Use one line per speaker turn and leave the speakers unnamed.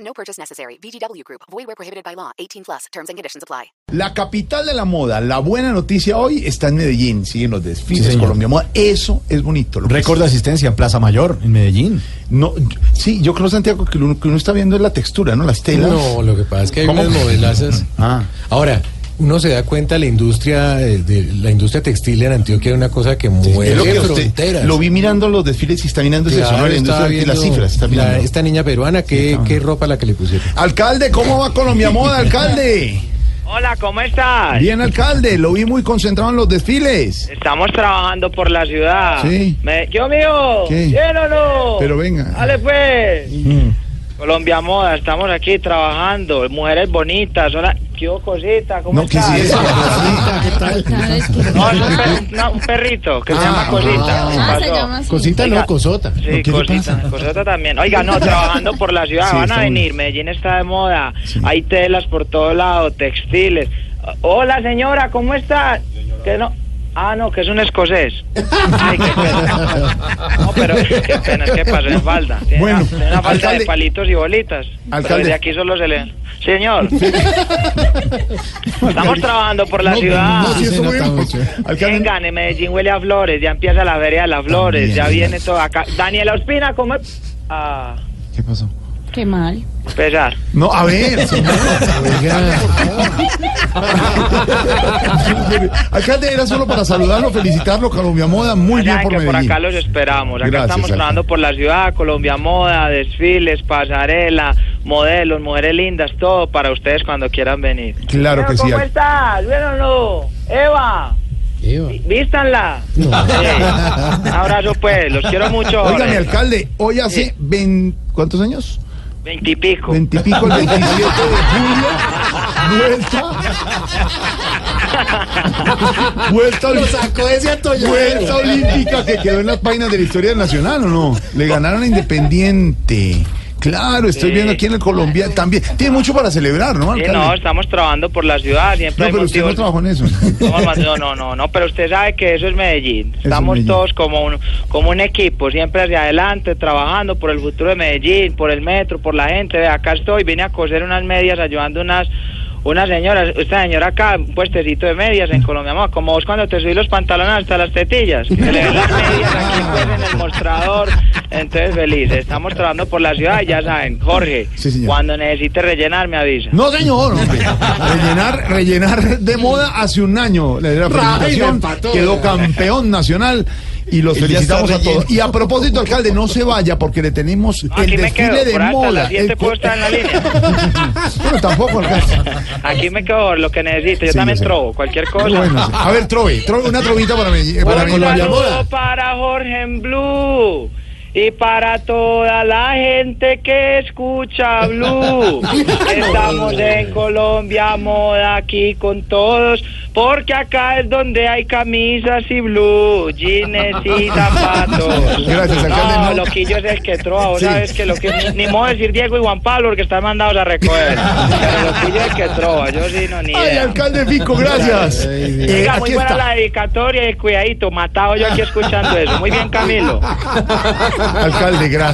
No purchase necessary. VGW Group. Void where prohibited by law. 18 plus. Terms and conditions apply.
La capital de la moda, la buena noticia hoy está en Medellín, siguen los
Sí,
desfiles
señor.
Colombia Moda, eso es bonito. lo que
Récord de asistencia en Plaza Mayor, en Medellín.
es- no, sí, yo creo Santiago que lo que uno está viendo es la textura, ¿no? Las telas.
No, lo que pasa es que hay
¿Cómo?
unas modelazas.
Ah.
Ahora, uno se da cuenta la industria eh, de la industria textil en Antioquia era una cosa que mueve
Es lo, que usted-
fronteras.
lo vi mirando los desfiles y está mirando ese
Claro,
sonoro, la
estaba
industria y las
viendo
cifras. Está
la-
mirando.
esta niña peruana, ¿qué, qué ropa la que le pusieron?
Alcalde, ¿cómo va Colombia Moda, alcalde?
Hola, ¿cómo estás?
Bien, alcalde, lo vi muy concentrado en los desfiles.
Estamos trabajando por la ciudad.
Sí.
Me- yo mío,
¿Qué?
¿bien o no?
Pero venga. Mm.
Dale pues. Colombia Moda, estamos aquí trabajando. Mujeres bonitas, hola. ¿Qué hubo, cosita? ¿Cómo
No, ¿qué
estás?
es eso?
No, es un, per- no, un perrito que
Ah,
se llama Cosita. ¿Qué
Ah, se
pasó?
llama así.
Cosita
Oiga.
no, cosota.
Sí,
¿Qué le
cosita,
pasa?
cosita también. Oiga, no, trabajando por la ciudad,
Sí,
van
está
a
muy
venir,
bien.
Medellín está de moda, hay telas por todo lado, textiles. Ah, Hola señora, ¿cómo está? Que no, ah no, que es un escocés. Ay, qué pena. No, pero qué pena, es que pasó en falda. Tiene
Bueno,
una, tiene una falda
alcalde-
de palitos y bolitas. Pero
Alcalde.
desde aquí solo se le... Señor, estamos trabajando por la ciudad.
No, sí, eso
Se nota
vemos.
mucho.
Alcalde,
Vengan, en Medellín huele a flores, ya empieza la feria de las flores, ya viene todo acá. Daniela Ospina, ¿cómo es? Ah,
¿Qué pasó?
Qué mal.
pesar.
No, a ver, señor. Alcalde, era solo para saludarlo, felicitarlo, Colombia Moda, muy bien
Saben
por
que por
Medellín.
acá los esperamos. Acá
Gracias,
estamos
alcalde.
trabajando por la ciudad, Colombia Moda, desfiles, pasarela, modelos, mujeres lindas, todo para ustedes cuando quieran venir.
Claro que sí.
¿Cómo
al-
estás? ¿Bien o no? Eva, vístanla. Sí. Un abrazo pues, los quiero mucho.
Oiga, mi
ahora.
alcalde, hoy hace 20 ¿cuántos años?
Veintipico.
Veintipico, el 27 de julio. Vuelta. Vuelta, ol- Vuelta olímpica que quedó en las páginas de la historia nacional, ¿o no? Le ganaron a Independiente. Claro, estoy
Sí.
viendo aquí en el Colombia también. Tiene mucho para celebrar, ¿no,
Sí,
alcalde?
no, estamos trabajando por la ciudad, siempre
No,
hay
pero usted no
motivos
trabajó en eso.
No, Armando, no, no, no, no, pero usted sabe que eso es Medellín.
es
Estamos
Medellín.
todos como un, como un equipo, siempre hacia adelante, trabajando por el futuro de Medellín, por el metro, por la gente. Ve, acá estoy, vine a coser unas medias ayudando unas unas señoras, esta señora acá, un puestecito de medias en Colombia, mamá, como vos cuando te subís los pantalones hasta las tetillas, que le ven las medias aquí pues, en el mostrador, entonces feliz, estamos trabajando por la ciudad y ya saben, Jorge,
Sí, señor.
cuando necesite rellenar me avisa.
No, señor, hombre. Rellenar, rellenar de moda hace un año. Le di la felicitación, quedó campeón nacional y los felicitamos a todos. Y a propósito, alcalde, no se vaya porque le tenemos
No,
el
aquí Ah, me
desfile
quedo,
de
por hasta
moda.
las siete
El
puedo
co-
estar en la línea.
Bueno, tampoco, alcalde.
Aquí me quedo lo que necesito. Yo
Sí,
también
yo sé.
trobo, cualquier cosa.
Bueno, sí. a ver, Trove, Trove, una trovita para, mí, eh, para
Un
Colombia
saludo
Moda.
para Jorge en Blue. Y para toda la gente que escucha Blue, estamos en Colombia Moda aquí con todos, porque acá es donde hay camisas y Blue, jeans y zapatos.
Gracias, alcalde,
No,
no.
Loquillo es el que troa, vos
Sí.
sabes que Loquillo, ni modo decir Diego y Juan Pablo porque están mandados a recoger. Pero Loquillo es el que troa, yo sí no ni
Ay,
idea.
alcalde Fico, gracias. Eh,
Oiga, muy
aquí
buena
está.
la dedicatoria y cuidadito, matado yo aquí escuchando eso. Muy bien, Camilo.
Alcalde, gracias.